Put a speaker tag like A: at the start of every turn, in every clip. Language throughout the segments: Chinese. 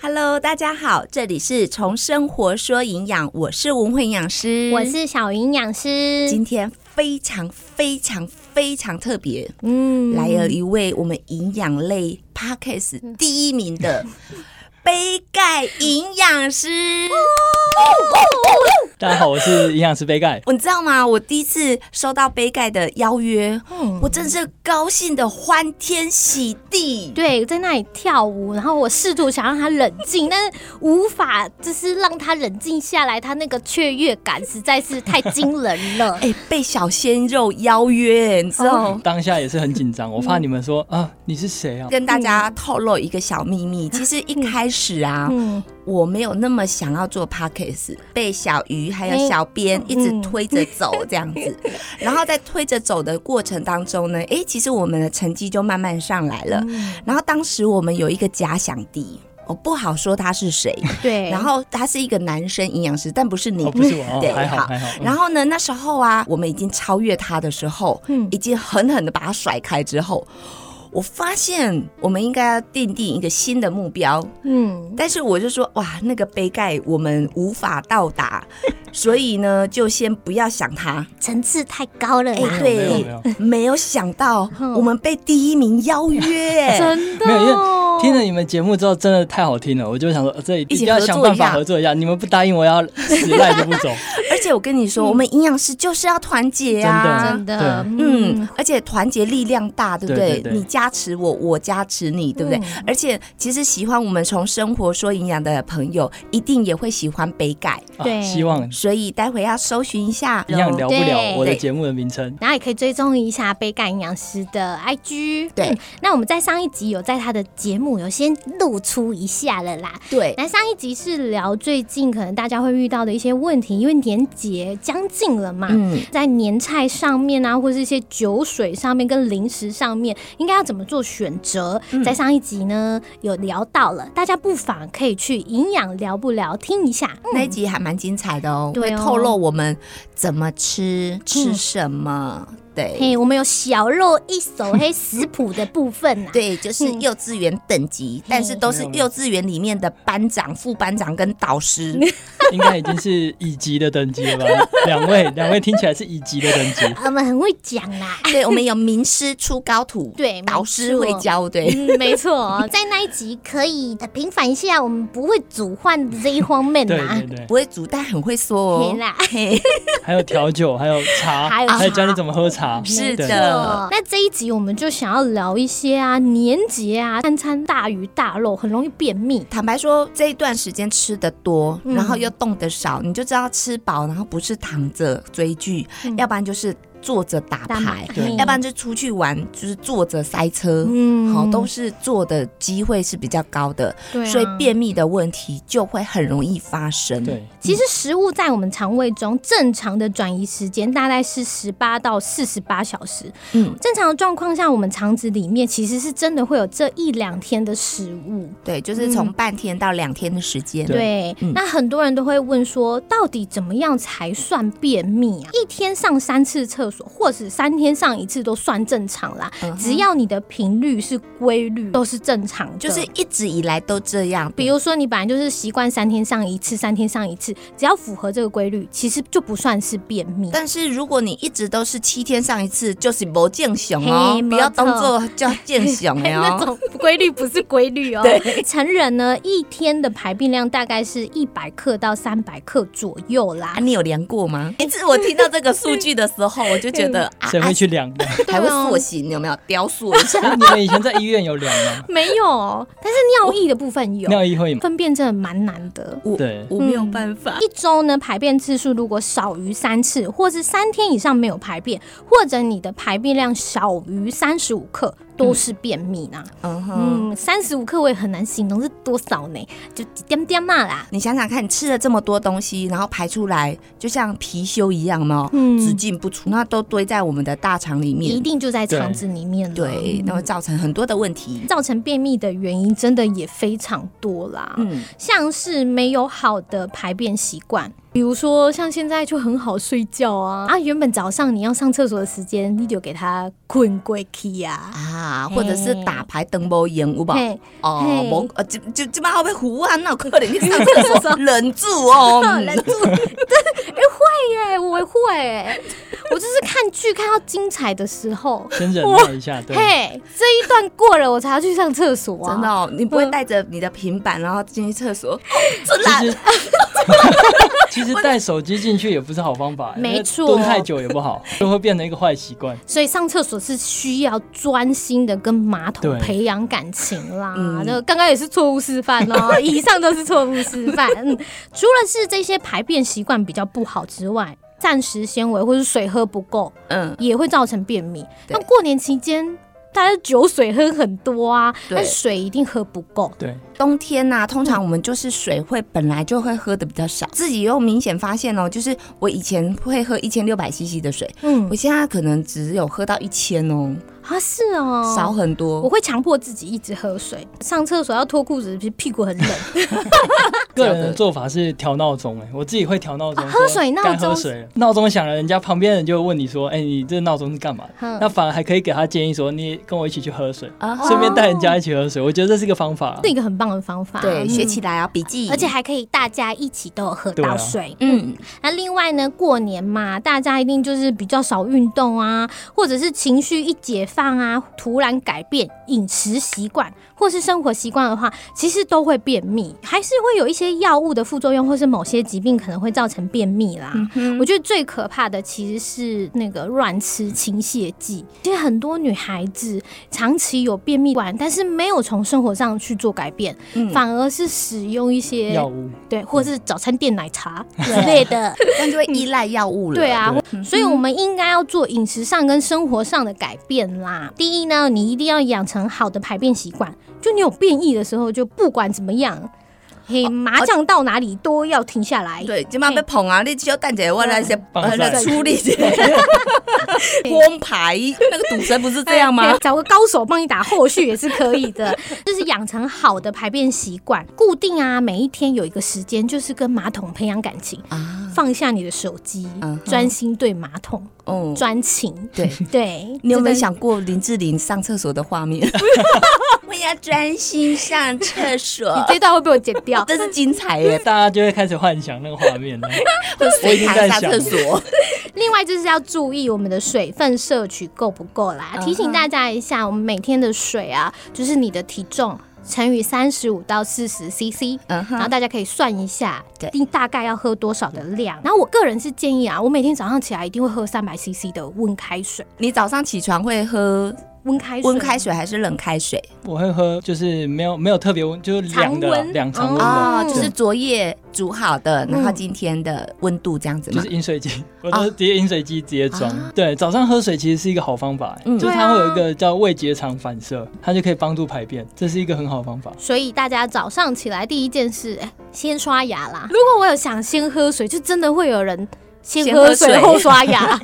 A: Hello，大家好，这里是从生活说营养，我是文慧营养师，
B: 我是小营养师。
A: 今天非常非常非常特别，
B: 嗯
A: 来了一位我们营养类 Podcast 第一名的 杯盖营养师。
C: 大家好，我是营养师杯 盖。
A: 你知道吗？我第一次收到杯盖的邀约，
B: 嗯
A: 我真是高兴的欢天喜地。
B: 对，在那里跳舞，然后我试图想让他冷静，但是无法，就是让他冷静下来，他那个雀跃感实在是太惊人了。
A: 哎、被小鲜肉邀约，你知道？
B: 哦
C: 当下也是很紧张，我怕你们说啊，你是谁啊？
A: 跟大家透露一个小秘密，其实一开始啊，
B: 嗯，
A: 我没有那么想要做 podcast，被小鱼还
C: 哎
A: 有小编
C: 嗯
A: 一直推着走这样子， 然后在推着走的过程当中呢，诶，其实我们的成绩就慢慢上来
C: 嗯
A: 了。然后当时我们有一个假想敌，我不好说他是谁，
B: 对。
A: 然后他是一个男生营养师，但不是你，
C: 哎哦，不是我，哦
A: 对，
C: 还好还好。嗯
A: 然后呢，那时候啊，我们已经超越他的时候，
B: 嗯
A: 已经狠狠的把他甩开之后，我发现我们应该要奠定一个新的目标。
B: 嗯，
A: 但是我就说，哇，那个杯盖我们无法到达， 所以呢，就先不要想他。
B: 层次太高了啦，
A: 哎
C: 没有
A: 对
C: 没有
A: 没有想到
B: 嗯
A: 我们被第一名邀 约，
B: 真的
C: 没有，因
B: 哦
C: 为听了你们节目之后，真的太好听了，我就想说，呃这一
A: 一起
C: 定要想办法
A: 合
C: 合作一下。你们不答应，我要死赖着不走。
A: 而且我跟你说，
C: 嗯
A: 我们营养师就是要团结啊，
B: 真
C: 对
B: 的，
A: 嗯，，而且团结力量大，对不对？
C: 对对对
A: 你加持我，我加持你，对不对？
B: 嗯
A: 而且其实喜欢我们从生活说营养的朋友，一定也会喜欢杯盖，
C: 啊
B: 对
C: 希望
A: 所以待会要搜寻一下
C: 一样聊不
B: 对
C: 了我的
A: 对
C: 节目的名称。
B: 然后也可以追踪一下杯盖营养师的 IG。
A: 对
B: 嗯那我们在上一集有在他的节目有先露出一下了啦，
A: 对。
B: 那上一集是聊最近可能大家会遇到的一些问题，因为年节将近了嘛。
A: 嗯，
B: 在年菜上面啊，或是一些酒水上面跟零食上面，应该要怎么做选择？
A: 嗯
B: 在上一集呢有聊到了，大家不妨可以去营养聊不聊听一下。
A: 那一集还蛮精彩的哦，
B: 嗯对哦
A: 会透露我们怎么吃，吃什么，对。
B: 嗯嘿，我们有小肉一手黑食谱的部分呐、啊。
A: 对，就是幼稚园等级，但是都是
C: 没有
A: 幼稚园里面的班长、副班长跟导 师。
C: 应该已经是乙级的等级了吧？两位，两位听起来是乙级的等级。
B: 我们很会讲啦。
A: 对，我们有名师出高徒，
B: 对
A: 导师会欸
B: 没错
A: 教，对。
B: 嗯，没错，在那一集可以呃平反一下我们不会煮饭的这一方面
C: 对
B: 啦、
C: 对对，
A: 不会煮，但很会说
B: 嘿
A: 哦。
B: 啦。
C: 还有调酒，还有茶，
B: 还有茶
C: 教你怎么喝茶。
A: 是
C: 对
A: 的，
B: 那这一集我们就想要聊一些啊，年节啊，三餐大鱼大肉，很容易便秘。
A: 坦白说，这一段时间吃的多，
B: 嗯
A: 然后又动的少，你就知道吃饱，然后不是躺着追剧，
B: 嗯
A: 要不然就是坐着打
B: 打
A: 牌，
C: 对
A: 要不然就出去玩，就是坐着塞车。
B: 嗯
A: 好，都是坐的机会是比较高的，
B: 对、啊，
A: 所以。便秘的问题就会很容易发生。
C: 对，
B: 其实食物在我们肠胃中正常的转移时间大概是十八到四十八小时。
A: 嗯，
B: 正常的状况下，我们肠子里面其实是真的会有这一两天的食物。
A: 对，就是从半天到两天的时间。
B: 对，
A: 嗯
B: 那很多人都会问说，到底怎么样才算便秘啊？一天上三次厕所，或是三天上一次都算正常啦。
A: 嗯哼
B: 只要你的频率是规律，都是正常的。
A: 就是一直以来都这样。
B: 比如说，你本来就是习惯三天上一次，三天上一次，只要符合这个规律，其实就不算是便秘。
A: 但是如果你一直都是七天上一次，就是不见熊哦
B: 嘿，没
A: 不
B: 错
A: 要当做叫见熊的
B: 那
A: 哦。
B: 种规律不是规律哦。对，成人呢一天的排便量大概是一百克到三百克左右啦
A: 啊，。你有量过吗？每次我听到这个数据的时候，我就觉得 啊，
C: 谁会去量的？
A: 啊 还会塑形，有没有雕塑一下？
C: 哎你们以前在医院有量吗？
B: 没有，但是尿液的部分 有。
C: 尿液会吗？
B: 分辨真的蛮难的。
A: 我
C: 对
A: 我没有办法。
B: 一周呢，排便次数如果少于三次，或是三天以上没有排便，或者你的排便量小于三十五克，都是便秘啦。
A: 嗯哼，
B: 嗯，三十五克我也很难形容是多少呢，就一点点嘛啦。
A: 你想想看，你吃了这么多东西，然后排出来就像貔貅一样呢，
B: 嗯
A: 只进不出，那都堆在我们的大肠里
B: 一
A: 面。
B: 定嗯就在肠子里面了。
A: 对，那会造成很多的问题。
B: 造成便秘的原因真的也非常多啦，
A: 嗯，
B: 像是没有好的排便习惯，比如说像现在就很好睡觉
A: 嗯
B: 啊，啊，原本早上你要上厕所的时间，你就给他困过去呀、啊。
A: 啊，或者是打牌灯包烟有吧？
B: 嘿，
A: 哦，
B: 嘿
A: 无呃，就就这把后被胡啊，那可能去上厕 所，忍住哦，嗯
B: 忍住， 对，哎、会耶，我会耶，我就是看剧看到精彩的时候，
C: 先忍耐一下，对，
B: 嘿，这一段过了，我才要去上厕所啊。
A: 真的、哦，你不会带着你的平板然后进去厕所？真
C: 其
A: 懒，
C: 实 其实带手机进去也不是好方法，
B: 没
C: 因为
B: 错
C: 蹲太久也不好，就会变成一个坏习惯。
B: 所以上厕所是需要专心的跟马桶
C: 对
B: 培养感情啦。
A: 嗯
B: 那刚刚也是错误示范 哦，以上都是错误示范。嗯，除了是这些排便习惯比较不好之外，膳食纤维或是水喝不够
A: 嗯，
B: 也会造成便秘。
A: 对
B: 那过年期间。大家酒水喝很多啊，
A: 对
B: 但水一定喝不够。
C: 对，
A: 冬天呐、通常我们就是水会本来就会喝的比较少，自己又明显发现哦，就是我以前会喝一千六百 CC 的水，
B: 嗯
A: 我，现在可能只有喝到一千哦，
B: 啊是哦，
A: 少很
B: 我
A: 多。
B: 会强迫自己一直喝水，上厕所要脱裤子，屁 股很冷。
C: 个人的做法是调闹钟，哎，我自己会调闹钟
B: 啊，
C: 说
B: 喝水闹
C: 该喝
B: 钟
C: 水了，闹钟响了，人家旁边人就会问你说，哎，你这闹钟是干嘛的？
B: 哼
C: 那反而还可以给他建议说，你跟我一起去喝水，
A: 啊
B: 哦
C: 顺便带人家一起喝水，我觉得这是个方法啊。
B: 是一个很棒的方法。
A: 对，
B: 嗯
A: 学起来啊，笔记，
B: 而且还可以大家一起都有喝
C: 对
B: 到
C: 啊
B: 水。嗯，
A: 嗯，
B: 那另外呢，过年嘛，大家一定就是比较少运动啊，或者是情绪一解放啊，突然改变饮食习惯或是生活习惯的话，其实都会便秘，还是会有一些药物的副作用，或是某些疾病可能会造成便秘
A: 嗯
B: 啦。
C: 嗯
B: 我觉得最可怕的其实是那个乱吃倾泻剂。其实很多女孩子长期有便秘感，但是没有从生活上去做改变，
A: 嗯
B: 反而是使用一些
C: 药物，
B: 对，或者是早餐店奶茶
A: 嗯
B: 之类 的，
A: 这样就会依赖药物了。嗯
B: 对啊
C: 对，
B: 或所以我们应该要做饮食上跟生活上的改变啦。第一呢，你一定要养成好的排便习惯，就你有便意的时候，就不管怎么样，嘿，麻将到哪里都要停下来。
A: 哦对，今晚被捧啊，你只要蛋姐我那些
C: 放
A: 呃
C: 在
A: 来处理这个 光牌，那个赌神不是这样吗
B: 嘿？找个高手帮你打后续也是可以的， 就是养成好的排便习惯，固定啊，每一天有一个时间，就是跟马桶培养感情，
A: 啊，
B: 放下你的手机
A: 嗯哼，
B: 专心对马桶，
A: 哦，
B: 专情。
A: 对，
B: 对，
A: 你有没有
B: 这个
A: 想过林志玲上厕所的画面？我要专心上厕
B: 你
A: 所，。
B: 这段会被我剪掉
A: 这是精彩 耶！
C: 大家就会开始幻想那个画面了。
A: 我
C: 已经在
A: 上
C: 想
A: 厕所，
B: 另外就是要注意我们的水分摄取够不够
A: 嗯
B: 啦，提醒大家一下，我们每天的水啊，就是你的体重。乘以三十五到四十 CC，
A: 嗯
B: 然后
A: 哼，
B: 大家可以算一下，
A: 对
B: 你大概要喝多少的量。然后我个人是建议啊，我每天早上起来一定会喝三百 CC 的温开水，
A: 你早上起床会喝
B: 温开水，
A: 温开水还是冷开水
C: 我会喝，就是没有没有特别温，就是凉的啦
B: 常温
C: 凉常温的，
A: 哦，
B: 嗯
A: 就是昨夜煮好的，然后
B: 嗯
A: 今天的温度这样子
C: 就
A: 吗
C: 是？饮水机，我都是直接饮水机直接装。
A: 啊
C: 对，早上喝水其实是一个好方法、欸，
A: 嗯
C: 就
B: 对
C: 是
B: 啊
C: 它会有一个叫胃结肠反射，它就可以帮助排便，这是一个很好的方法。
B: 所以大家早上起来第一件事，哎先刷牙啦。如果我有想先喝水，就真的会有人先
A: 先
B: 喝
A: 喝
B: 水
A: 水
B: 后刷 牙。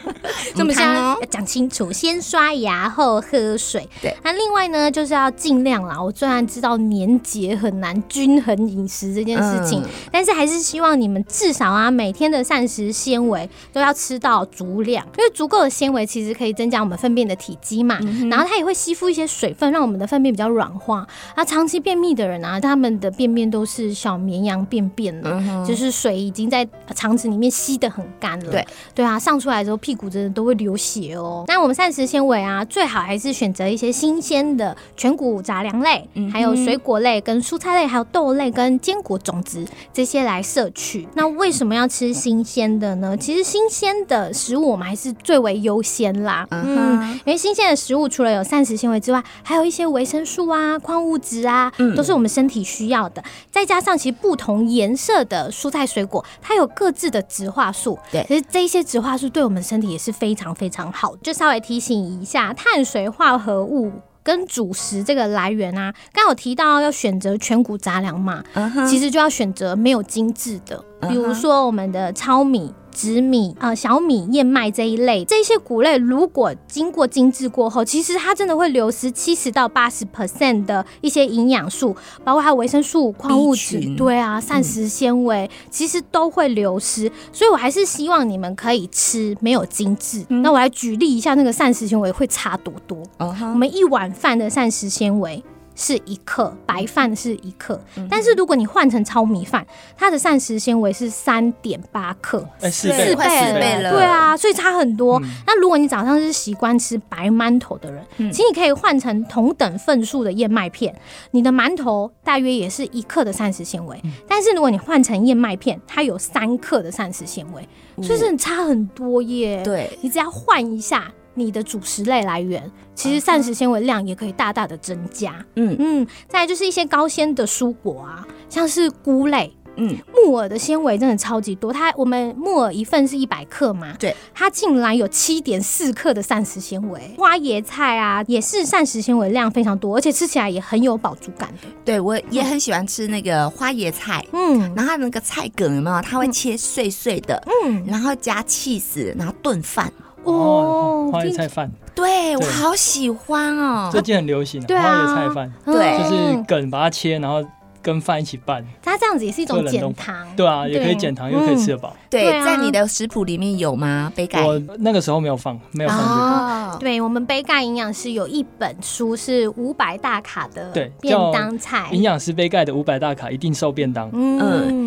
B: 这么
A: 嗯汤哦
B: 要讲清楚，先刷牙后喝水。
A: 对，
B: 那另外呢，就是要尽量啦。我虽然知道年节很难均衡饮食这件事情，
A: 嗯
B: 但是还是希望你们至少啊，每天的膳食纤维都要吃到足量，因为足够的纤维其实可以增加我们粪便的体积嘛，
A: 嗯
B: 然后它也会吸附一些水分，让我们的粪便比较软化。那长期便秘的人啊，他们的便便都是小绵羊便便了。
A: 嗯哼，
B: 就是水已经在肠子里面吸得很干了，
A: 对
B: 对啊，上出来之后屁股真的都会流血哦。那我们膳食纤维啊，最好还是选择一些新鲜的全谷杂粮类，
A: 嗯
B: 还有水果类、跟蔬菜类，还有豆类跟坚果种子这些来摄取。那为什么要吃新鲜的呢？其实新鲜的食物我们还是最为优先啦。
A: 嗯哼
B: 因为新鲜的食物除了有膳食纤维之外，还有一些维生素啊、矿物质啊，
A: 嗯
B: 都是我们身体需要的。再加上其实不同颜色的蔬菜水果，它有各自的植化素，
A: 对
B: 其实这一些植化素对我们身体也是非常非常好。就稍微提醒一下，碳水化合物。跟主食这个来源啊，刚有提到要选择全谷杂粮嘛，
A: 嗯哼，
B: 其实就要选择没有精致的，比如说我们的糙米、紫米、呃小米、燕麦这一类，这些谷类如果经过精制过后，其实它真的会流失七十到八十 percent 的一些营养素，包括它维生素、矿物质
A: B 群，
B: 对啊，膳食纤维、其实都会流失。所以我还是希望你们可以吃没有精致。那我来举例一下，那个膳食纤维会差多多。
A: 哦哈
B: 我们一碗饭的膳食纤维是一克，白饭是一克，但是如果你换成糙米饭，它的膳食纤维是三点八克。
C: 哎，四
A: 对
C: 倍
A: 快四
C: 四
A: 倍
C: 倍
A: 了
B: 对啊，所以差很多。那如果你早上是习惯吃白馒头的人，
A: 嗯
B: 其实你可以换成同等份数的燕麦片，你的馒头大约也是一克的膳食纤维，但是如果你换成燕麦片，它有三克的膳食纤维，所以真的差很多耶。
A: 对，
B: 你只要换一下你的主食类来源，其实膳食纤维量也可以大大的增加。
A: 嗯
B: 嗯，再来就是一些高纤的蔬果啊，像是菇类。
A: 嗯，
B: 木耳的纤维真的超级多，它我们木耳一份是一百克嘛，
A: 对，
B: 它竟然有七点四克的膳食纤维。花椰菜啊，也是膳食纤维量非常多，而且吃起来也很有饱足感的。
A: 对我也很喜欢吃那个花椰菜。
B: 嗯，
A: 然后它那个菜梗有没有？它会切碎碎的，
B: 嗯
A: 然后加 cheese，然后炖饭。
C: 哦，花椰
B: 听
C: 菜饭
A: 对我
C: 对
A: 好喜欢哦。
C: 最近很流行，
B: 对
C: 花
B: 啊
C: 椰菜饭
A: 对
C: 就是
B: 嗯
C: 梗把它切，然后跟饭一起拌，
B: 它这样子也是一种
C: 做冷
B: 减
C: 冻
B: 糖，
C: 对啊，也可以
B: 对
C: 减糖，又可以吃
B: 嗯
C: 得饱。
A: 对，
B: 对啊
A: 在你的食谱里面有吗？杯盖
C: 我那个时候没有放，没有放这
B: 啊
C: 个。
A: 哦
B: 对我们杯盖营养师有一本书是五百大卡的
C: 对
B: 便
C: 叫
B: 当菜，
C: 营养师杯盖的五百大卡一定瘦便当
A: 嗯，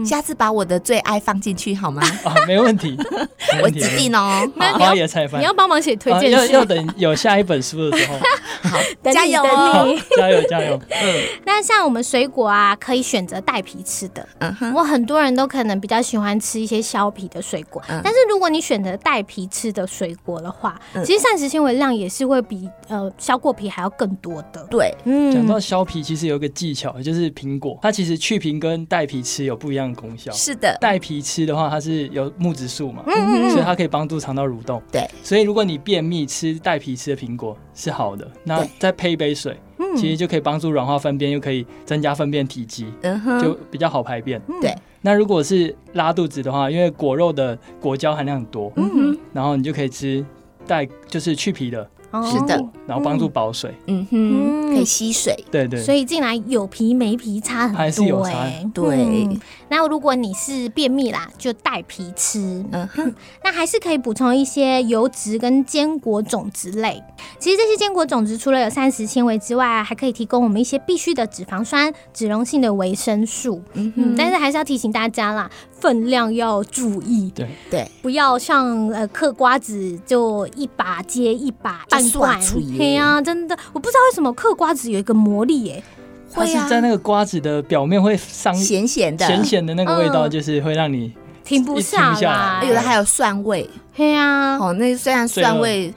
B: 嗯，
A: 下次把我的最爱放进去好吗？
C: 啊，没问 题，没
A: 我
C: 问题
A: 指。定哦。
B: 那
A: 好
B: 你要
C: 花椰菜饭
B: 你要帮忙写推
C: 啊
B: 荐
C: 要
B: 序，
C: 要等有下一本书的时候，
B: 等你
A: 加油
B: 等
A: 哦
B: 你！
C: 加油加油！
B: 那像我们水果啊，可以选择带皮吃的。
A: 嗯哼，
B: 我很多人都可能比较喜欢吃一些削皮的水果，
A: 嗯
B: 但是如果你选择带皮吃的水果的话，
A: 嗯
B: 其实膳食纤维量也是会比呃削过皮还要更多的。
A: 对，
B: 嗯
C: 讲到削皮，其实有一个技巧，就是苹果，它其实去皮跟带皮吃有不一样的功效。
A: 是的，
C: 带皮吃的话，它是有木质素嘛，
B: 嗯
C: 所以它可以帮助肠道蠕动。
A: 对，
C: 所以如果你便秘吃带皮吃的苹果是好的，那
A: 对嗯
C: 再配一杯水，其实就可以帮助软化粪便，又可以增加粪便体积，
A: 嗯哼，
C: 就比较好排便。
A: 对，
C: 那如果是拉肚子的话，因为果肉的果胶含量很多，
A: 嗯
C: 然后你就可以吃带就是去皮的，
B: 哦
A: 是的
C: 然后帮助保水。
A: 嗯哼，
B: 嗯
A: 可以吸水。
C: 对对
B: 所以竟然有皮没皮差很
C: 还是有
B: 多
C: 差
B: 哎、
A: 对
B: 嗯那如果你是便秘啦，就带皮吃。
A: 嗯哼，
B: 那还是可以补充一些油脂跟坚果种子类。其实这些坚果种子除了有膳食纤维之外，还可以提供我们一些必需的脂肪酸、脂溶性的维生素。
A: 嗯
B: 嗯，
A: 哼，
B: 但是还是要提醒大家啦，分量要注意，
C: 对，
A: 对，
B: 不要像呃嗑瓜子就一把接一把
A: 就
B: 半罐
A: 刷出耶。
B: 嘿呀、真的，我不知道为什么嗑瓜子有一个魔力耶、
C: 它
A: 会
C: 是
A: 啊
C: 在，那个瓜子的表面会上
A: 咸咸的，
C: 咸咸的那个味道，
B: 嗯
C: 就是会让你
B: 停不下
C: 一停不
B: 来
C: 下。来
A: 有的哎还有蒜味。
B: 嘿呀、
A: 哦，那虽然
C: 罪恶
A: 蒜味，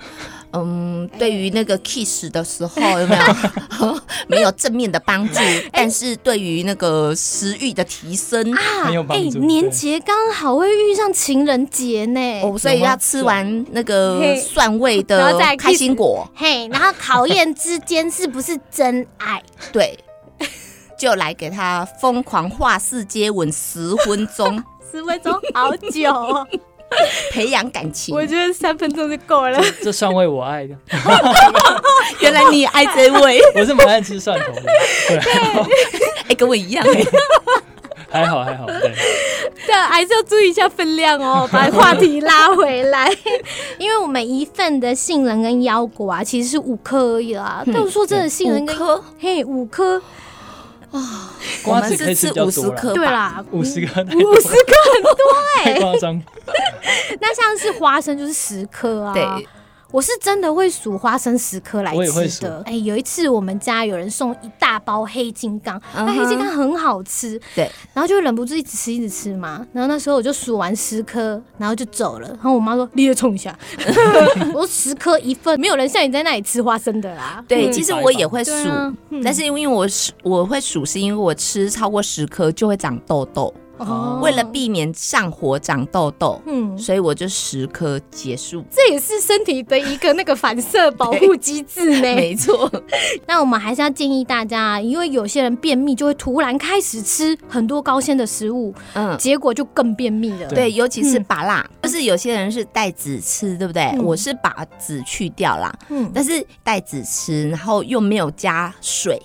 A: 嗯，对于那个 kiss 的时候有没 有 没有正面的帮助，
C: 哎
A: 但是对于那个食欲的提升，
B: 啊
C: 很有，帮
B: 哎、
C: 助
B: 年
C: 对
B: 节刚好会遇上情人节呢。
A: 哦，所以
C: 有吗
A: 要吃完那个
B: 嘿
A: 蒜味
B: 然
A: 的
B: 后再
A: 开
B: kiss
A: 心果，
B: 嘿，然后考验之间是不是真爱？
A: 对，就来给他疯狂画式接吻十分钟，
B: 十分钟好久、哦，
A: 培养感情。
B: 觉得三分钟就够了。
C: 这蒜味我爱的，
A: 原来你也爱这位，
C: 我是蛮爱吃蒜头的，对，
A: 哎，跟我一样哎，
C: 还好还 好，对，
B: 对，还是要注意一下分量 哦，把话题拉回来。 因为我们一份的杏仁跟腰果啊，其实是五颗而已啦。但我说真的，杏仁跟
A: 五颗，
B: 嘿五颗，
A: 我
C: 瓜
A: 们
C: 子可
A: 是
C: 以吃
A: 吃
C: 比较
A: 五十
C: 多啦，
A: 颗
B: 对
A: 吧，
B: 啦，
C: 五十个
B: 五十颗很 多哎、
C: 太夸 张，
B: 那像是花生就是十颗啊。
A: 对，
B: 我是真的会数花生十颗来
C: 我也会
B: 吃
C: 数
B: 的。哎、有一次我们家有人送一大包黑金刚，那、
A: 嗯哼
B: 黑金刚很好吃，
A: 对，
B: 然后就忍不住一直吃一直吃嘛。然后那时候我就数完十颗，然后就走了。然后我妈说：“你也冲 一下。” 我说：“十颗一份，没有人像你在那里吃花生的啦。”
A: 对，
C: 嗯
A: 其实
C: 一百
A: 我
C: 吧
A: 也会数
B: 对啊，嗯
A: 但是因为我是我会数，是因为我吃超过十颗就会长痘痘，
B: 哦
A: 为了避免上火长痘痘，
B: 嗯，
A: 所以我就十颗结束。
B: 这也是身体的一个那个反射保护机制呢。
A: 没错，
B: 那我们还是要建议大家啊，因为有些人便秘就会突然开始吃很多高纤的食物，
A: 嗯。
B: 结果就更便秘了。
A: 对，尤其是
B: 嗯
A: 拔蜡，就是有些人是带籽吃，对不对？
B: 嗯
A: 我是把籽去掉啦，
B: 嗯，
A: 但是带籽吃，然后又没有加水，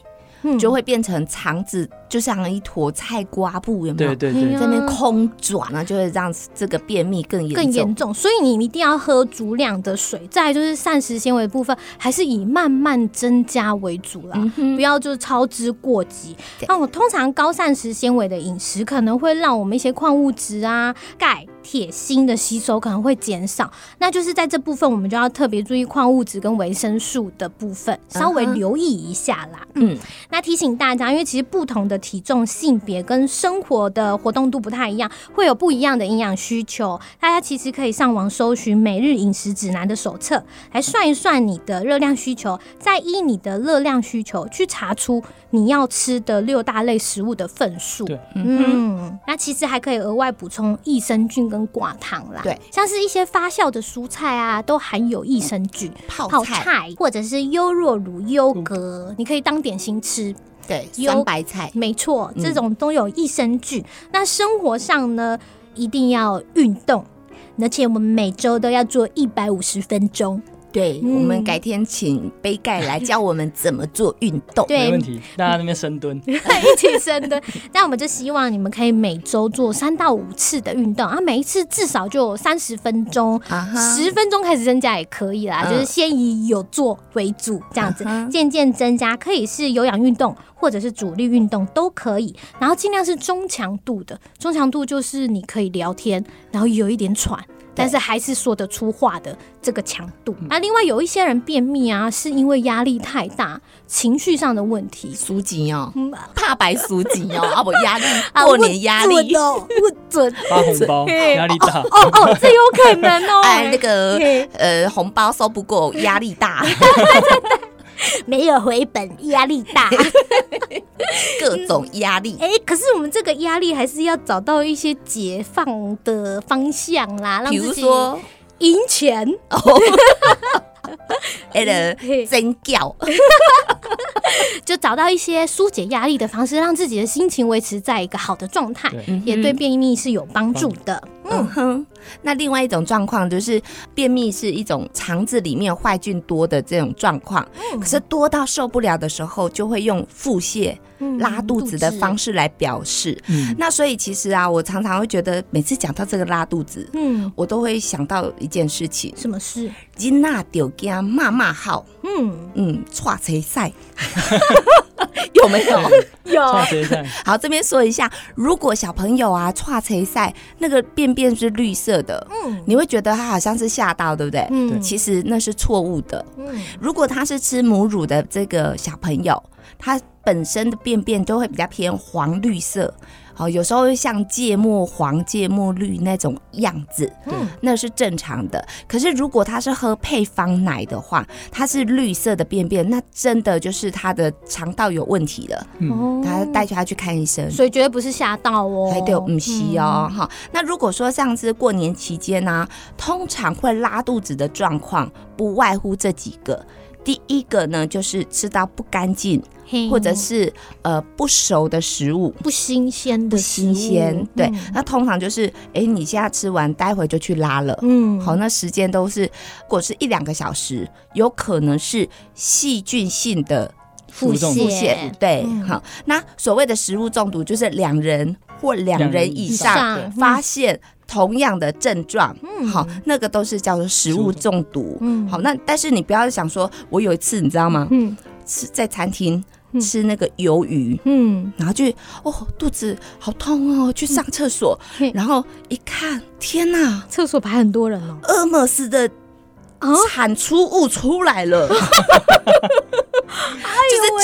B: 嗯
A: 就会变成肠子就像一坨菜瓜布，有没有？
C: 对对
B: 哎
C: 对
B: 呀
A: 在那边空转啊，就会让这个便秘更严重。
B: 更严重，所以你一定要喝足量的水。再来就是膳食纤维部分，还是以慢慢增加为主啦。
A: 嗯哼
B: 不要就是操之过急
A: 对。
B: 那我通常高膳食纤维的饮食，可能会让我们一些矿物质啊、钙、铁、锌的吸收可能会减少。那就是在这部分，我们就要特别注意矿物质跟维生素的部分，稍微
A: 嗯哼
B: 留意一下啦。
A: 嗯，
B: 那提醒大家，因为其实不同的体重、性别跟生活的活动度不太一样，会有不一样的营养需求。大家其实可以上网搜寻《每日饮食指南》的手册，来算一算你的热量需求，再依你的热量需求去查出你要吃的六大类食物的份数。
C: 对
B: 嗯，那其实还可以额外补充益生菌跟寡糖啦。
A: 对，
B: 像是一些发酵的蔬菜啊，都含有益生菌。
A: 嗯泡
B: 泡
A: 菜
B: 菜或者是优若乳、优格，你可以当点心吃。
A: 对
B: 有
A: 酸白菜，
B: 没错，
A: 嗯
B: 这种都有益生菌。那生活上呢，一定要运动，而且我们每周都要做一百五十分钟。
A: 对、
B: 嗯
A: 我们改天请杯盖来教我们怎么做运动。
B: 对
C: 没问题。大家那边深蹲，
B: 一起深蹲。那我们就希望你们可以每周做三到五次的运动啊，每一次至少就三十分钟。
A: 啊哈，
B: 十分钟开始增加也可以啦，
A: 嗯
B: 就是先以有做为主，这样子
A: 嗯哼
B: 渐渐增加，可以是有氧运动或者是主力运动都可以，然后尽量是中强度的，中强度就是你可以聊天，然后有一点喘。但是还是说得出话的这个强度。
A: 嗯
B: 那、另外有一些人便秘啊，是因为压力太大、情绪上的问题。
A: 苏锦哦，
B: 嗯
A: 怕白苏锦 哦，啊不压力，
B: 啊
A: 过年压
B: 不
A: 力
B: 准，哦，不 准
C: 发红 包，压力大。
B: 哦哦，这有可能 哦。
A: 哎那个
B: 嘿嗯
A: 呃红包收不够，压力 大，
B: 没有回本，压力大。
A: 各种压力。
B: 哎、可是我们这个压力还是要找到一些解放的方向啦，让
A: 比
B: 自
A: 如
B: 己
A: 说，
B: 赢钱，
A: 哎人
B: 嘿
A: 真叫，
B: 就找到一些疏解压力的方式，让自己的心情维持在一个好的状态，
C: 对，
A: 嗯
B: 也对便秘是有帮助的。
A: 嗯哼，那另外一种状况就是便秘是一种肠子里面坏菌多的这种状况，
B: 嗯
A: 可是多到受不了的时候，就会用腹泻、
B: 嗯
A: 拉肚子的方，式来表示。
C: 嗯，
A: 那所以其实啊，我常常会觉得，每次讲到这个拉肚子，
B: 嗯，
A: 我都会想到一件事情：
B: 什么事？
A: 金娜丢家骂骂号，
B: 嗯，
A: 嗯，踹谁赛，有没有？
B: 有
C: 上决赛，
A: 好，这边说一下，如果小朋友啊踹谁赛，那个便便是绿色的，
B: 嗯
A: 你会觉得他好像是吓到，对不对？
B: 嗯
A: 其实那是错误的。
B: 嗯
A: 如果他是吃母乳的这个小朋友，他本身的便便都会比较偏黄绿色，哦，有时候会像芥末黄、芥末绿那种样子，
B: 嗯
A: 那是正常的。可是如果他是喝配方奶的话，它是绿色的便便，那真的就是他的肠道有问题了，
C: 嗯，
B: 哦
A: 他带去他去看医生。
B: 所以绝对不是吓到哦，嗯
A: 还得唔吸哦，哈、那如果说像是过年期间呢、啊通常会拉肚子的状况，不外乎这几个。第一个呢，就是吃到不干净
B: 嘿，
A: 或者是呃不熟的食物，
B: 不新鲜
A: 不
B: 的食物
A: 新鲜。对，
B: 嗯
A: 那通常就是，哎、你现在吃完，待会就去拉了。
B: 嗯
A: 好，那时间都是，如果是一两个小时，有可能是细菌性的
B: 腹
C: 腹中
A: 腹
C: 毒
A: 泻
B: 泻，
A: 对，
B: 嗯
A: 好。那所谓的食物中毒，就是两人或两人以上
B: 以上
A: 发现同样的症状，
B: 嗯
A: 好，那个都是叫做食物中毒。
B: 嗯
A: 好，那但是你不要想说，我有一次你知道吗？
B: 嗯
A: 吃在餐厅
B: 嗯
A: 吃那个鱿鱼，
B: 嗯
A: 然后就哦肚子好痛哦，去上厕所
B: 嗯，
A: 然后一看，天哪，
B: 厕所排很多人哦。
A: 恶魔似的
B: 啊，
A: 产出物出来 了，就是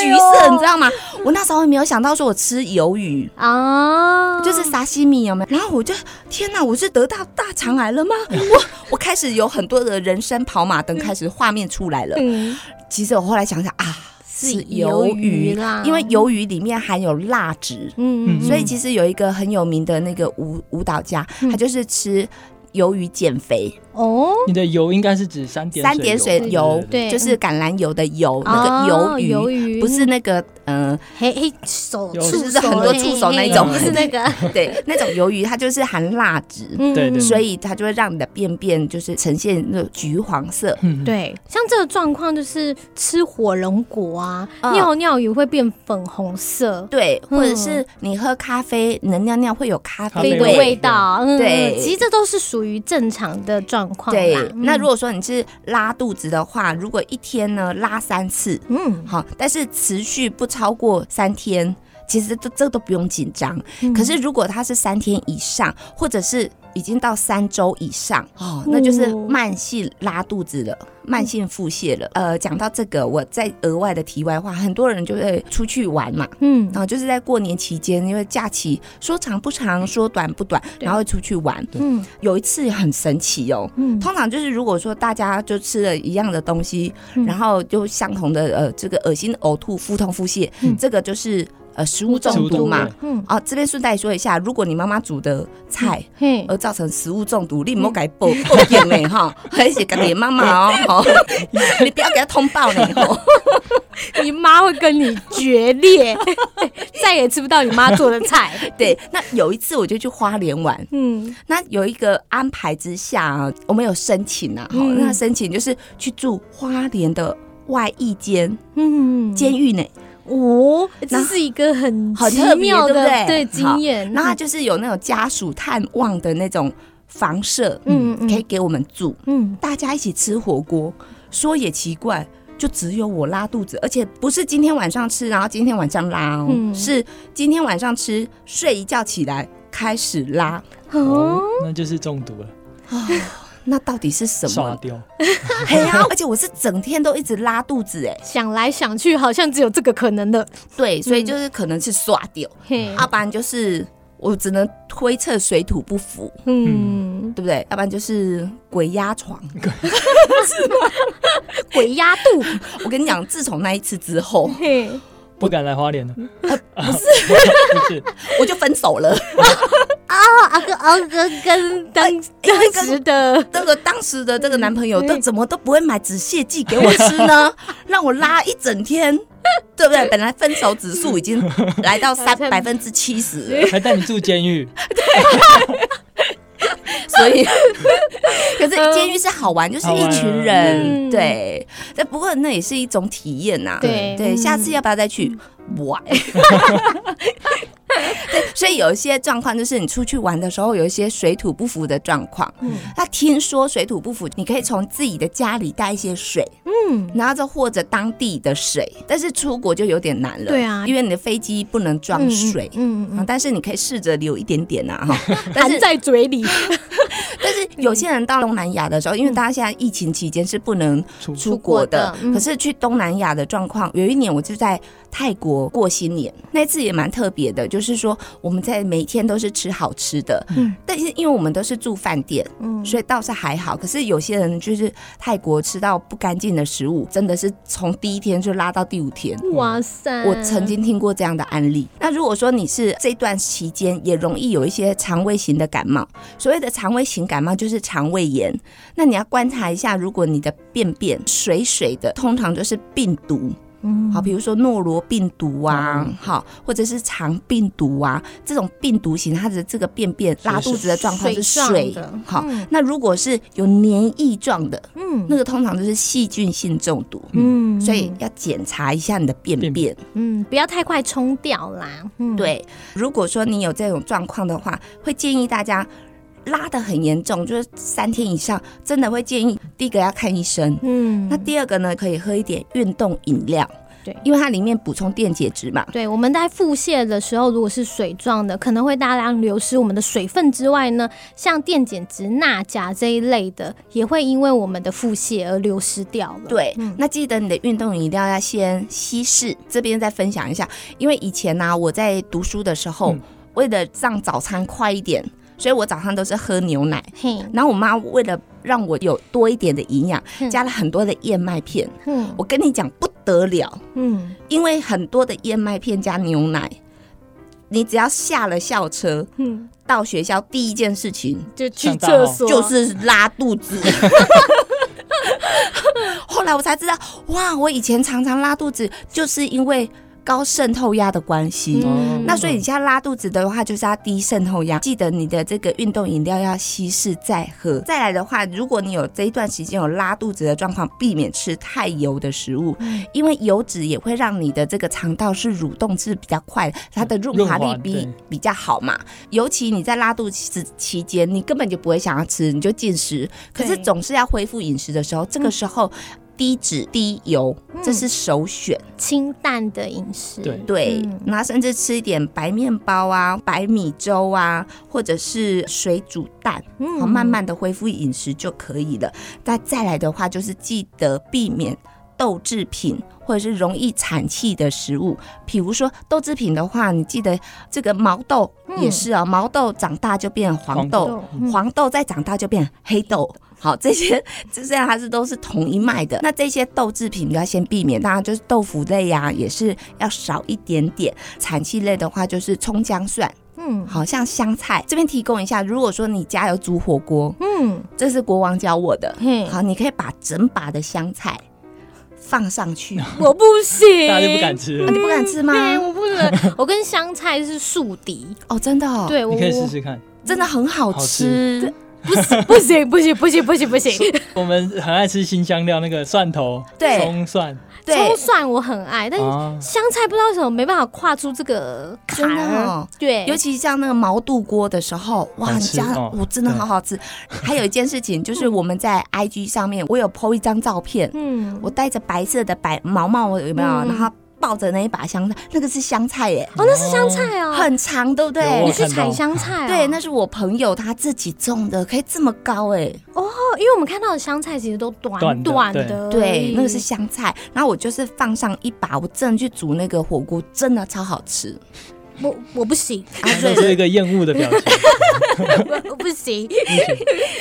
A: 橘
B: 哎呦喂
A: 色，
B: 哦
A: 你知道吗？我那时候也没有想到说我吃鱿鱼。
B: 啊，
A: 就是沙西米有没有？然后我就天哪，我是得到大肠癌了吗？我我开始有很多的人生跑马灯，开始画面出来了。
B: 嗯，
A: 其实我后来想想啊，是
B: 鱿
A: 鱿鱼
B: 啦，
A: 因为鱿鱼里面含有蜡质，
B: 嗯，嗯，
C: 嗯
A: 所以其实有一个很有名的那个舞舞蹈家，他就是吃鱿鱼减肥，
B: 哦，
C: 你的油应该是指三点
A: 三点水
C: 油
A: 油，
B: 对
A: 就是橄榄油的油，
B: 哦
A: 那个鱿鱼。
B: 鱿鱼
A: 不是那个，嗯、
B: 黑黑手
C: 有
B: 触
A: 是
B: 手
A: 很多
B: 嘿
A: 触手
B: 嘿
A: 那
B: 嘿
C: 种
B: 不是那个，
A: 对，那种鱿鱼它就是含蜡质，
B: 嗯
C: 对对
A: 所以它就会让你的便便就是呈现那种橘黄色。
C: 嗯，
B: 对，像这个状况就是吃火龙果啊，
A: 嗯
B: 尿尿也会变粉红色，
A: 对，或者是你喝咖啡，你的尿尿会有咖
C: 咖
A: 啡
B: 嗯
C: 啡
B: 的
C: 味
B: 味道，嗯，
A: 对
B: 其实这都是属于正常的状况啦。
A: 对，
B: 嗯
A: 那如果说你是拉肚子的话，如果一天呢拉三次，
B: 嗯，
A: 好，但是持续不超过三天，其实这这都不用紧张。
B: 嗯
A: 可是如果它是三天以上，或者是已经到三周以上，哦，那就是
B: 哦
A: 慢性拉肚子了。慢性腹泻了，呃，讲到这个，我再额外的题外话，很多人就会出去玩嘛，
B: 嗯
A: 然后就是在过年期间，因为假期说长不长，说短不短，
B: 对
A: 然后会出去玩。
B: 嗯
A: 有一次很神奇哦，
B: 嗯，
A: 通常就是如果说大家就吃了一样的东西，
B: 嗯
A: 然后就相同的呃这个恶心、呕吐、腹痛、腹泻，
C: 嗯
A: 这个就是呃食物中毒
C: 食物中
A: 嘛
C: 毒。
B: 嗯，
A: 啊，这边顺带说一下，如果你妈妈煮的菜
B: 嘿，
A: 而造成食物中毒，你
B: 嗯
A: 莫改报报警呢 哈，还是给你妈妈哦，吼 你不要给她通报呢。吼
B: 你妈会跟你决裂， 再也吃不到你妈做的 菜。
A: 对，那有一次我就去花莲玩，
B: 嗯，
A: 那有一个安排之下啊，我们有申请啊，哈、
B: 嗯
A: 那申请就是去住花莲的外役监
B: 嗯，
A: 监狱呢，
B: 哦，这
A: 那
B: 是一个很
A: 很
B: 奇
A: 特别
B: 妙
A: 对不对
B: 的对
A: 好
B: 经验。嗯
A: 那它就是有那种家属探望的那种房舍，
B: 嗯
A: 嗯，
B: 嗯
A: 可以给我们住，
B: 嗯，
A: 大家一起吃火锅。说也奇怪，就只有我拉肚子，而且不是今天晚上吃，然后今天晚上拉哦，
B: 嗯
A: 是今天晚上吃，睡一觉起来开始拉。
B: 哦
C: 哦，，那就是中毒了，
A: 那到底是什
C: 刷
A: 么？
C: 掉，
A: 嘿呀、而且我是整天都一直拉肚子哎、
B: 想来想去，好像只有这个可能了。
A: 对，
B: 嗯
A: 所以就是可能是刷掉，
B: 嘿，
A: 要不然就是我只能推测水土不服，
B: 嗯，
A: 对不对？要不然就是鬼压床。
B: 鬼压肚，
A: 我跟你讲，自从那一次之 后，
B: 嘿，
C: 不敢来花莲了。
A: 呃
C: 不是，不是，
A: 我就分手了。
B: 阿哥阿哥跟当
A: 因
B: 当
A: 为跟
B: 时的
A: 那个当时的这个男朋友都
B: 嗯
A: 怎么都不会买止泻剂给我吃 呢？让我拉一整天，对不对？本来分手指数已经来到三百分之七十，
C: 还带你住监狱，
A: 所 以可是监狱是好玩，就是一群人，
B: 嗯
A: 对。但不过那也是一种体验啊呐、
B: 对
A: 对，
B: 嗯
A: 下次要不要再去玩？ 对，所以有一些状况就是你出去玩的时候，有一些水土不服的状况。
B: 嗯
A: 那听说水土不服，你可以从自己的家里带一些水，嗯，然后再或者当地的水，但是出国就有点难了，
B: 对啊
A: 因为你的飞机不能装水。
B: 嗯嗯
A: 啊
B: 嗯，
A: 但是你可以试着留一点点呐、 啊，哈。但
B: 含
A: 是
B: 在嘴里，
A: 但是有些人到东南亚的时候，因为大家现在疫情期间是不能
C: 出
A: 出国
B: 出
A: 的
B: 国的，嗯
A: 可是去东南亚的状况，有一年我就在泰国过新年，那次也蛮特别的，就是说我们在每天都是吃好吃的，
B: 嗯
A: 但是因为我们都是住饭店，
B: 嗯，
A: 所以倒是还好。可是有些人就是泰国吃到不干净的食物，真的是从第一天就拉到第五天。
B: 哇塞，
A: 我曾
B: 嗯
A: 经听过这样的案例。那如果说你是这段期间也容易有一些肠胃型的感冒，所谓的肠胃型感冒就是肠胃炎。那你要观察一下，如果你的便便水水的，通常就是病毒。
B: 嗯
A: 好，比如说诺罗病毒啊
C: 嗯，
A: 好，或者是肠病毒啊，这种病毒型，它的这个便便拉肚子的状况是
B: 水
A: 水
B: 状的，
A: 好
B: 嗯。
A: 那如果是有黏液状的，
B: 嗯
A: 那个通常就是细菌性中毒，
B: 嗯
A: 所以要检查一下你的便
C: 便
A: 便。
B: 嗯，不要太快冲掉啦，嗯，
A: 对，如果说你有这种状况的话，会建议大家拉得很严重，就是三天以上，真的会建议第一个要看医生。
B: 嗯，
A: 那第二个呢，可以喝一点运动饮料，
B: 对
A: 因为它里面补充电解质嘛。
B: 对，我们在腹泻的时候，如果是水状的，可能会大量流失我们的水分之外呢，像电解质、钠、钾这一类的，也会因为我们的腹泻而流失掉了。
A: 对，
B: 嗯
A: 那记得你的运动饮料要先稀释。这边再分享一下，因为以前呢、啊我在读书的时候，
C: 嗯
A: 为了让早餐快一点，所以我早上都是喝牛奶。
B: 嘿，
A: 然后我妈为了让我有多一点的营养
B: 嗯，
A: 加了很多的燕麦片。
B: 嗯，
A: 我跟你讲，不得了，
B: 嗯，
A: 因为很多的燕麦片加牛奶，你只要下了校车
B: 嗯，
A: 到学校，第一件事情
B: 就去
C: 上大
B: 厕
C: 号
B: 所，
A: 就是拉肚子。 后来我才知道，哇，我以前常常拉肚子，就是因为高渗透压的关系。
B: 嗯
A: 那所以你现在拉肚子的话，就是要低渗透压。记得你的这个运动饮料要稀释再喝。再来的话，如果你有这一段时间有拉肚子的状况，避免吃太油的食物，
C: 嗯
A: 因为油脂也会让你的这个肠道是蠕动是比较快的，它的润滑
C: 嗯润
A: 力
C: 滑
A: 比
C: 对
A: 比较好嘛。尤其你在拉肚子期间，你根本就不会想要吃，你就进食。可是
B: 对
A: 总是要恢复饮食的时候，这
C: 嗯
A: 个时候。低脂低油，这是首选。
B: 清淡的饮食，
C: 对
A: 对
B: 嗯，
A: 那甚至吃一点白面包啊、白米粥啊，或者是水煮蛋，
B: 嗯
A: 好，慢慢的恢复饮食就可以了。那再来的话，就是记得避免豆制品或者是容易产气的食物，比如说豆制品的话，你记得这个毛豆
B: 嗯
A: 也是啊、毛豆长大就变黄
C: 黄
A: 豆，
B: 豆嗯
A: 黄豆再长大就变黑豆。好，这些这虽然它是都是同一脉的，那这些豆制品要先避免，当然就是豆腐类呀、也是要少一点点。产气类的话，就是葱姜蒜，
B: 嗯
A: 好像香菜。这边提供一下，如果说你家有煮火锅，
B: 嗯，
A: 这是国王教我的，
B: 嘿，
A: 好，你可以把整把的香菜放上去，啊
B: 我不行，
C: 大家就不敢吃了
A: 你。不敢吃吗？
B: 对，我不能，我跟香菜是宿敌，
A: 哦，真的、哦，，
B: 对我
C: 你可以试
B: 我
C: 试看，
A: 真的很好
C: 好
A: 吃。
C: 吃
B: 不行不行不行不行不行不行，
C: 我们很爱吃新香料，那个蒜头、
A: 对哎
C: 葱蒜
A: 对
B: 葱蒜我很爱，但是
C: 啊，
B: 香菜不知道为什么没办法跨出这个坎
A: 真的
B: 儿，
A: 哦
B: 对，
A: 尤其像那个毛肚锅的时候，哇，
C: 好
A: 你
C: 吃
A: 家
C: 哦
A: 我真的
C: 对
A: 好好吃。还有一件事情就是我们在 IG 上面，我有 PO 一张照片，
B: 嗯，
A: 我戴着白色的白毛毛，有没有？
B: 嗯
A: 然后抱着那一把香菜，那个是香菜耶，
B: 哦那是香菜哦，
A: 很长，对不
C: 有
A: 对
B: 你
C: 我？
B: 是
C: 看到
B: 采香菜哦、
A: 对，那是我朋友他自己种的，可以这么高哎。
B: 哦，因为我们看到的香菜其实都短
C: 短的
B: 短
C: 对
B: 的，
A: 对，那个是香菜。然后我就是放上一把，我真的去煮那个火锅，真的超好吃。
B: 我我不行，
A: 啊，所
C: 这
A: 以
C: 是一个厌恶的表情。
B: 我不行，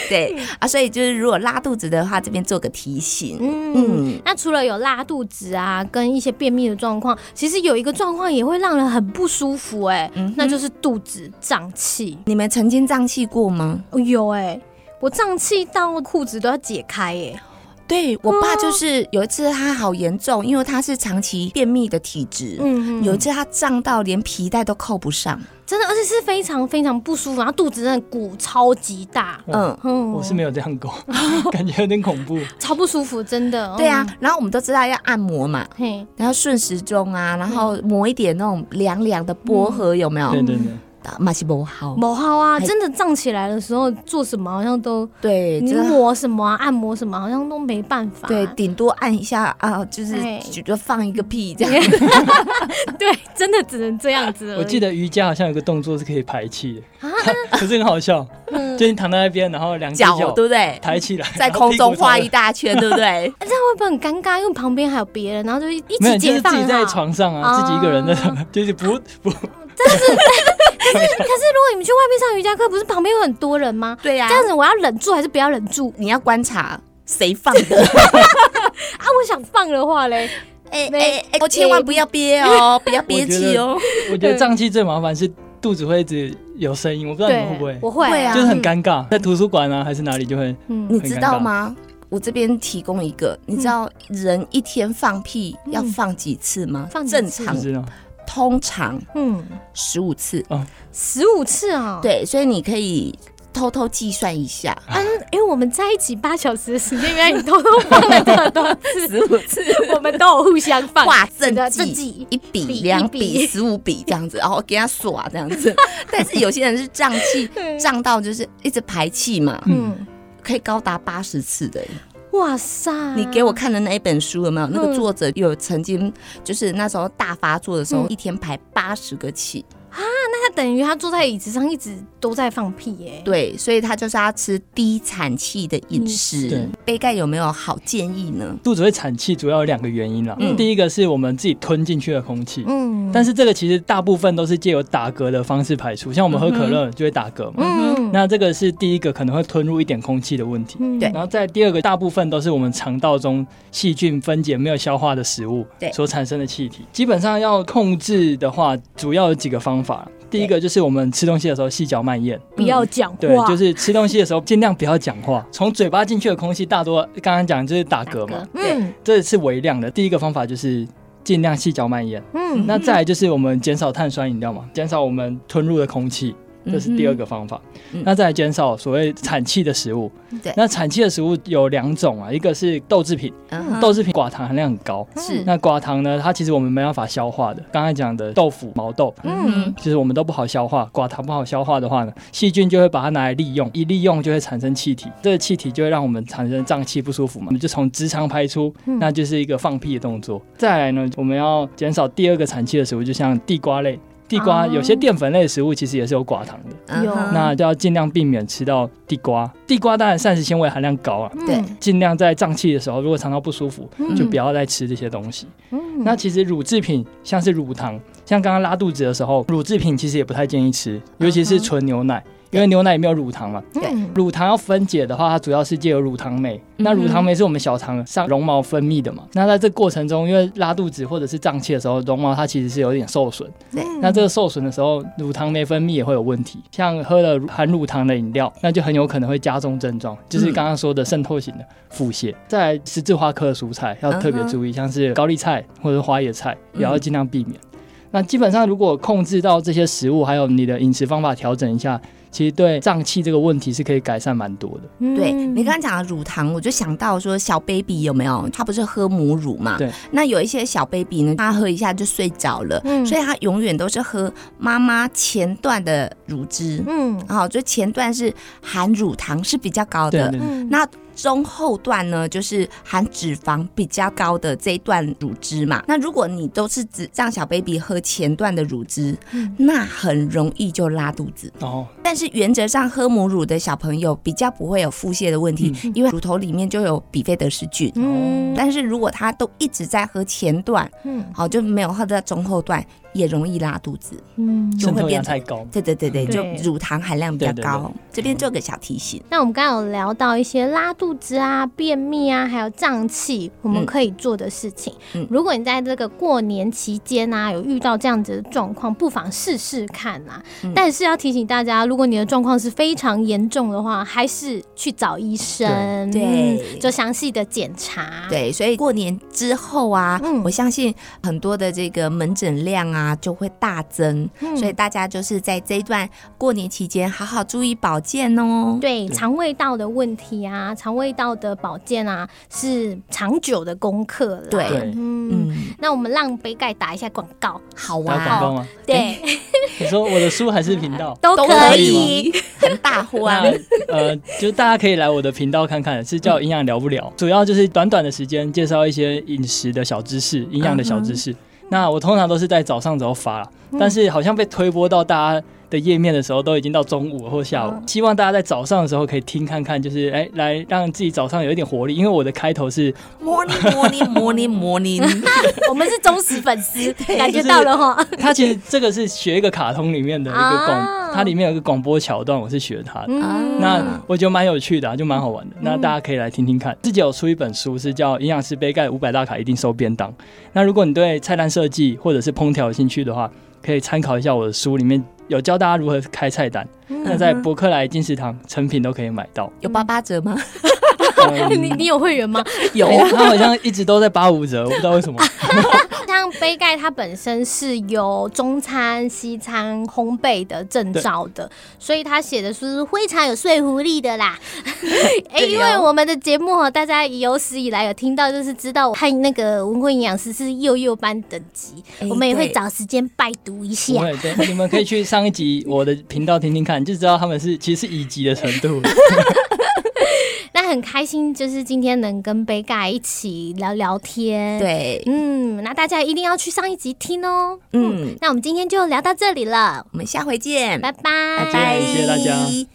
A: 对啊，所以就是如果拉肚子的话，这边做个提醒。
B: 嗯。
A: 嗯，
B: 那除了有拉肚子啊，跟一些便秘的状况，其实有一个状况也会让人很不舒服哎、
A: 嗯哼
B: 那就是肚子胀气。
A: 你们曾经胀气过吗？
B: 哦，有哎、我胀气到裤子都要解开哎、
A: 对我爸就是有一次他好严重，因为他是长期便秘的体质，
B: 嗯，
A: 有一次他胀到连皮带都扣不上，
B: 真的，而且是非常非常不舒服，然后肚子真的鼓超级大，
A: 嗯。
B: 嗯，
C: 我是没有这样
A: 哦
C: 过，感觉有点恐怖。
B: 超不舒服，真的。
A: 对啊，然后我们都知道要按摩嘛，
B: 嗯，嘿，
A: 然后顺时钟啊，然后抹一点那种凉凉的薄荷，有没有
C: 对？对对，
A: 马西伯好，
B: 某号啊，
A: 还
B: 真的胀起来的时候做什么好像都
A: 对，
B: 你
A: 真的
B: 抹什么啊，按摩什么好像都没办法。
A: 嗯对，顶多按一下啊，就是
B: 哎
A: 就就放一个屁这样。
B: 对，真的只能这样子而已。
C: 我记得瑜伽好像有个动作是可以排气
B: 啊，
C: 的可是很好笑，就你躺在那边，然后两
A: 嗯
C: 只
A: 脚
C: 脚
A: 对不对？
C: 抬起来，
A: 在
C: 然后
A: 空
C: 屁股
A: 中
C: 朝
A: 画
C: 着
A: 一大圈，对不 对？
B: 这样会不会很尴尬？因为旁边还有别人，然后就一
C: 没
B: 起
C: 有，你就是
B: 解
C: 自
B: 放
C: 己在
B: 哈。
C: 床上
A: 哦
C: 啊，自己一个人在床， 就是不不，
B: 可是如果你们去外面上瑜伽课，不是旁边有很多人吗？
A: 对呀、
B: 这样子我要忍住还是不要忍住
A: 你要观察谁放的。
B: 啊？我想放的话嘞，
A: 哎
B: 没
A: 哎哎，千万不要憋 哦，不要憋气哦。
C: 我觉得胀气最麻烦是肚子会一直有声音，我不知道你
B: 对
C: 们会不会，
B: 我会，
A: 会啊
C: 就是很尴尬，在图书馆啊还是哪里就会，
B: 嗯。
A: 你
B: 嗯，
A: 知道吗？我这边提供一个，你知道人一天放屁
B: 嗯
A: 要嗯放几次吗？
B: 放几
A: 正
B: 次
A: 常
C: 不知道
A: 通常
B: 嗯，
A: 十五次。
B: 十五次啊、，
A: 对，所以你可以偷偷计算一下，
B: 嗯，因为我们在一起八小时的时间，原来你偷偷放了这么多次，
A: 十五次。
B: 我们都有互相放。
A: 画正
B: 的
A: 记
B: 正记
A: 一
B: 笔一
A: 笔、两
B: 笔
A: 笔、十五笔这样子，然后给他耍这样 子。但是有些人是胀气，胀到就是一直排气嘛，
B: 嗯，
A: 可以高达八十次的。
B: 哇塞！
A: 你给我看的那一本书有没有？那
B: 嗯
A: 个作者有曾经就是那时候大发作的时候，
B: 嗯
A: 一天排八十个气，
B: 那等于他坐在椅子上一直都在放屁耶、
A: 对，所以他就是要吃低产气的饮
B: 嗯
C: 饮食对
A: 食。杯盖有没有好建议呢？
C: 肚子会产气主要有两个原因啦，
A: 嗯
C: 第一个是我们自己吞进去的空气。
B: 嗯
C: 但是这个其实大部分都是借由打嗝的方式排出，像我们喝可乐就会打嗝嘛。
B: 嗯
C: 那这个是第一个可能会吞入一点空气的问题。
B: 嗯
A: 对
C: 然后在第二个，大部分都是我们肠道中细菌分解没有消化的食物
A: 对
C: 所产生的气体。基本上要控制的话，主要有几个方法。第一个就是我们吃东西的时候细嚼慢咽，
B: 不要讲
C: 对，
B: 话，
C: 就是吃东西的时候尽量不要讲话，从嘴巴进去的空气大多刚刚讲就是打嗝嘛，
B: 嗯
C: 这是微量的。第一个方法就是尽量细嚼慢咽。
B: 嗯
C: 那再来就是我们减少碳酸饮料嘛，减少我们吞入的空气，这是第二个方法。
A: 嗯
C: 那再来减少所谓产气的食物。
A: 对
C: 那产气的食物有两种啊，一个是豆制品，
A: 嗯哼
C: 豆制品寡糖含量很高。
A: 是
C: 那寡糖呢，它其实我们没办法消化的。刚才讲的豆腐、毛豆，
A: 嗯
B: 嗯
C: 就是我们都不好消化，寡糖不好消化的话呢，细菌就会把它拿来利用，一利用就会产生气体，这个气体就会让我们产生胀气不舒服嘛，我们就从直肠排出，
B: 嗯
C: 那就是一个放屁的动作。再来呢，我们要减少第二个产气的食物，就像地瓜类。地瓜
B: 哦
C: 有些淀粉类的食物其实也是有寡糖的，
A: 嗯
B: 有
A: 哼
C: 那就要尽量避免吃到地瓜。地瓜当然膳食纤维含量高啊，
A: 对
B: 嗯
C: 尽量在胀气的时候，如果肠道不舒服，
B: 嗯
C: 就不要再吃这些东西。
B: 嗯
C: 那其实乳制品像是乳糖，像刚刚拉肚子的时候，乳制品其实也不太建议吃，尤其是纯牛奶，因为牛奶也没有乳糖嘛。
A: 对
B: 嗯
C: 乳糖要分解的话，它主要是借由乳糖酶。那乳糖酶是我们小肠上绒毛分泌的嘛。那在这过程中，因为拉肚子或者是胀气的时候，绒毛它其实是有点受损。
A: 对
B: 嗯
C: 那这个受损的时候，乳糖酶分泌也会有问题。像喝了含乳糖的饮料，那就很有可能会加重症状，就是刚刚说的渗透型的腹泻。再来，十字花科的蔬菜要特别注意，像是高丽菜或者是花椰菜，也要尽量避免。那基本上，如果控制到这些食物，还有你的饮食方法调整一下，其实对胀气这个问题是可以改善蛮多的。
A: 对
B: 嗯
A: 你刚刚讲的乳糖，我就想到说小 baby 有没有？他不是喝母乳嘛？
C: 对。
A: 那有一些小 baby 呢，他喝一下就睡着了，
B: 嗯
A: 所以他永远都是喝妈妈前段的乳汁。
B: 嗯
A: 好、就前段是含乳糖是比较高
C: 对
A: 的，
C: 对对
B: 嗯
A: 那中后段呢，就是含脂肪比较高的这一段乳汁嘛。那如果你都是只让小 baby 喝前段的乳汁，
B: 嗯
A: 那很容易就拉肚子。
C: 哦，
A: 但是原则上喝母乳的小朋友比较不会有腹泻的问题，因为乳头里面就有比菲德氏菌。
B: 嗯
C: 哦
A: 但是如果他都一直在喝前段，
B: 嗯
A: 好就没有喝到中后段，也容易拉肚子。
B: 嗯
A: 就
C: 渗
A: 会
C: 透压
A: 变成
C: 太高。
A: 对对对对，就
B: 对
A: 乳糖含量比较
C: 对对对
A: 高。这边做个小提醒，
B: 那我们刚刚有聊到一些拉肚子啊、便秘啊，还有胀气，我们
A: 嗯
B: 可以做的事情。
A: 嗯
B: 如果你在这个过年期间啊，有遇到这样子的状况，不妨试试看啊。
A: 嗯
B: 但是要提醒大家，如果你的状况是非常严重的话，还是去找医生，
A: 对对
B: 嗯做详细的检查。，
A: 对，所以过年之后啊，
B: 嗯
A: 我相信很多的这个门诊量啊就会大增，
B: 嗯
A: 所以大家就是在这一段过年期间好好注意保健哦。
B: 对肠胃道的问题啊，肠胃道的保健啊，是长久的功课了。
A: 对
C: 对
B: 嗯，
A: 嗯，
B: 那我们让杯盖打一下广告，
A: 好
C: 打广
A: 啊，
C: 告吗？
B: 对，
C: 你说我的书还是频道？
B: 都
A: 都
B: 可
A: 可
B: 以
A: 以。 很大呼 啊。
C: 那呃，就大家可以来我的频道看看，是叫“营养聊不聊”，主要就是短短的时间介绍一些饮食的小知识、营养的小知识。那我通常都是在早上时候发啦，但是好像被推播到大家的页面的时候，都已经到中午或下午。希望大家在早上的时候可以听看看，就是哎、来让自己早上有一点活力，因为我的开头是
A: Morning, morning, morning, morning。
B: 我们是忠实粉 丝，感觉到了哈。
C: 它其实这个是学一个卡通里面的一个广，
B: 啊
C: 它里面有一个广播桥段，我是学它的。
B: 嗯，
C: 那我觉得蛮有趣的、啊，就蛮好玩的。那大家可以来听听看，自己有出一本书是叫《营养师杯盖五百大卡一定收便当》。那如果你对菜单设计或者是烹调有兴趣的话，可以参考一下我的书，里面有教大家如何开菜单。
B: 嗯
C: 那在博客来、金石堂成品都可以买 到。 嗯
A: 有八八折 吗？
B: 你你有会员吗？
C: 有，它好像一直都在八五折，我不知道为 什么。
B: 像杯盖它本身是有中餐、西餐、烘焙的证照的，所以他写的书是非常有说服力的啦。哎、因为我们的节目哦，大家有史以来有听到，就是知道我和那个文慧营养师是幼幼班等级，
A: 哎
B: 我们也会
A: 对
B: 找时间拜读一
C: 不
B: 下。
C: 会，对，你们可以去上一集我的频道听听看，就知道他们是其实是乙级的程度。
B: 那很开心，就是今天能跟杯盖一起聊聊天。，
A: 对，
B: 嗯，那大家一定要去上一集听哦。嗯，
A: 嗯，
B: 那我们今天就聊到这里了，
A: 我们下回见，
B: 拜
A: 拜
B: 拜
A: 拜，
C: 谢谢大家。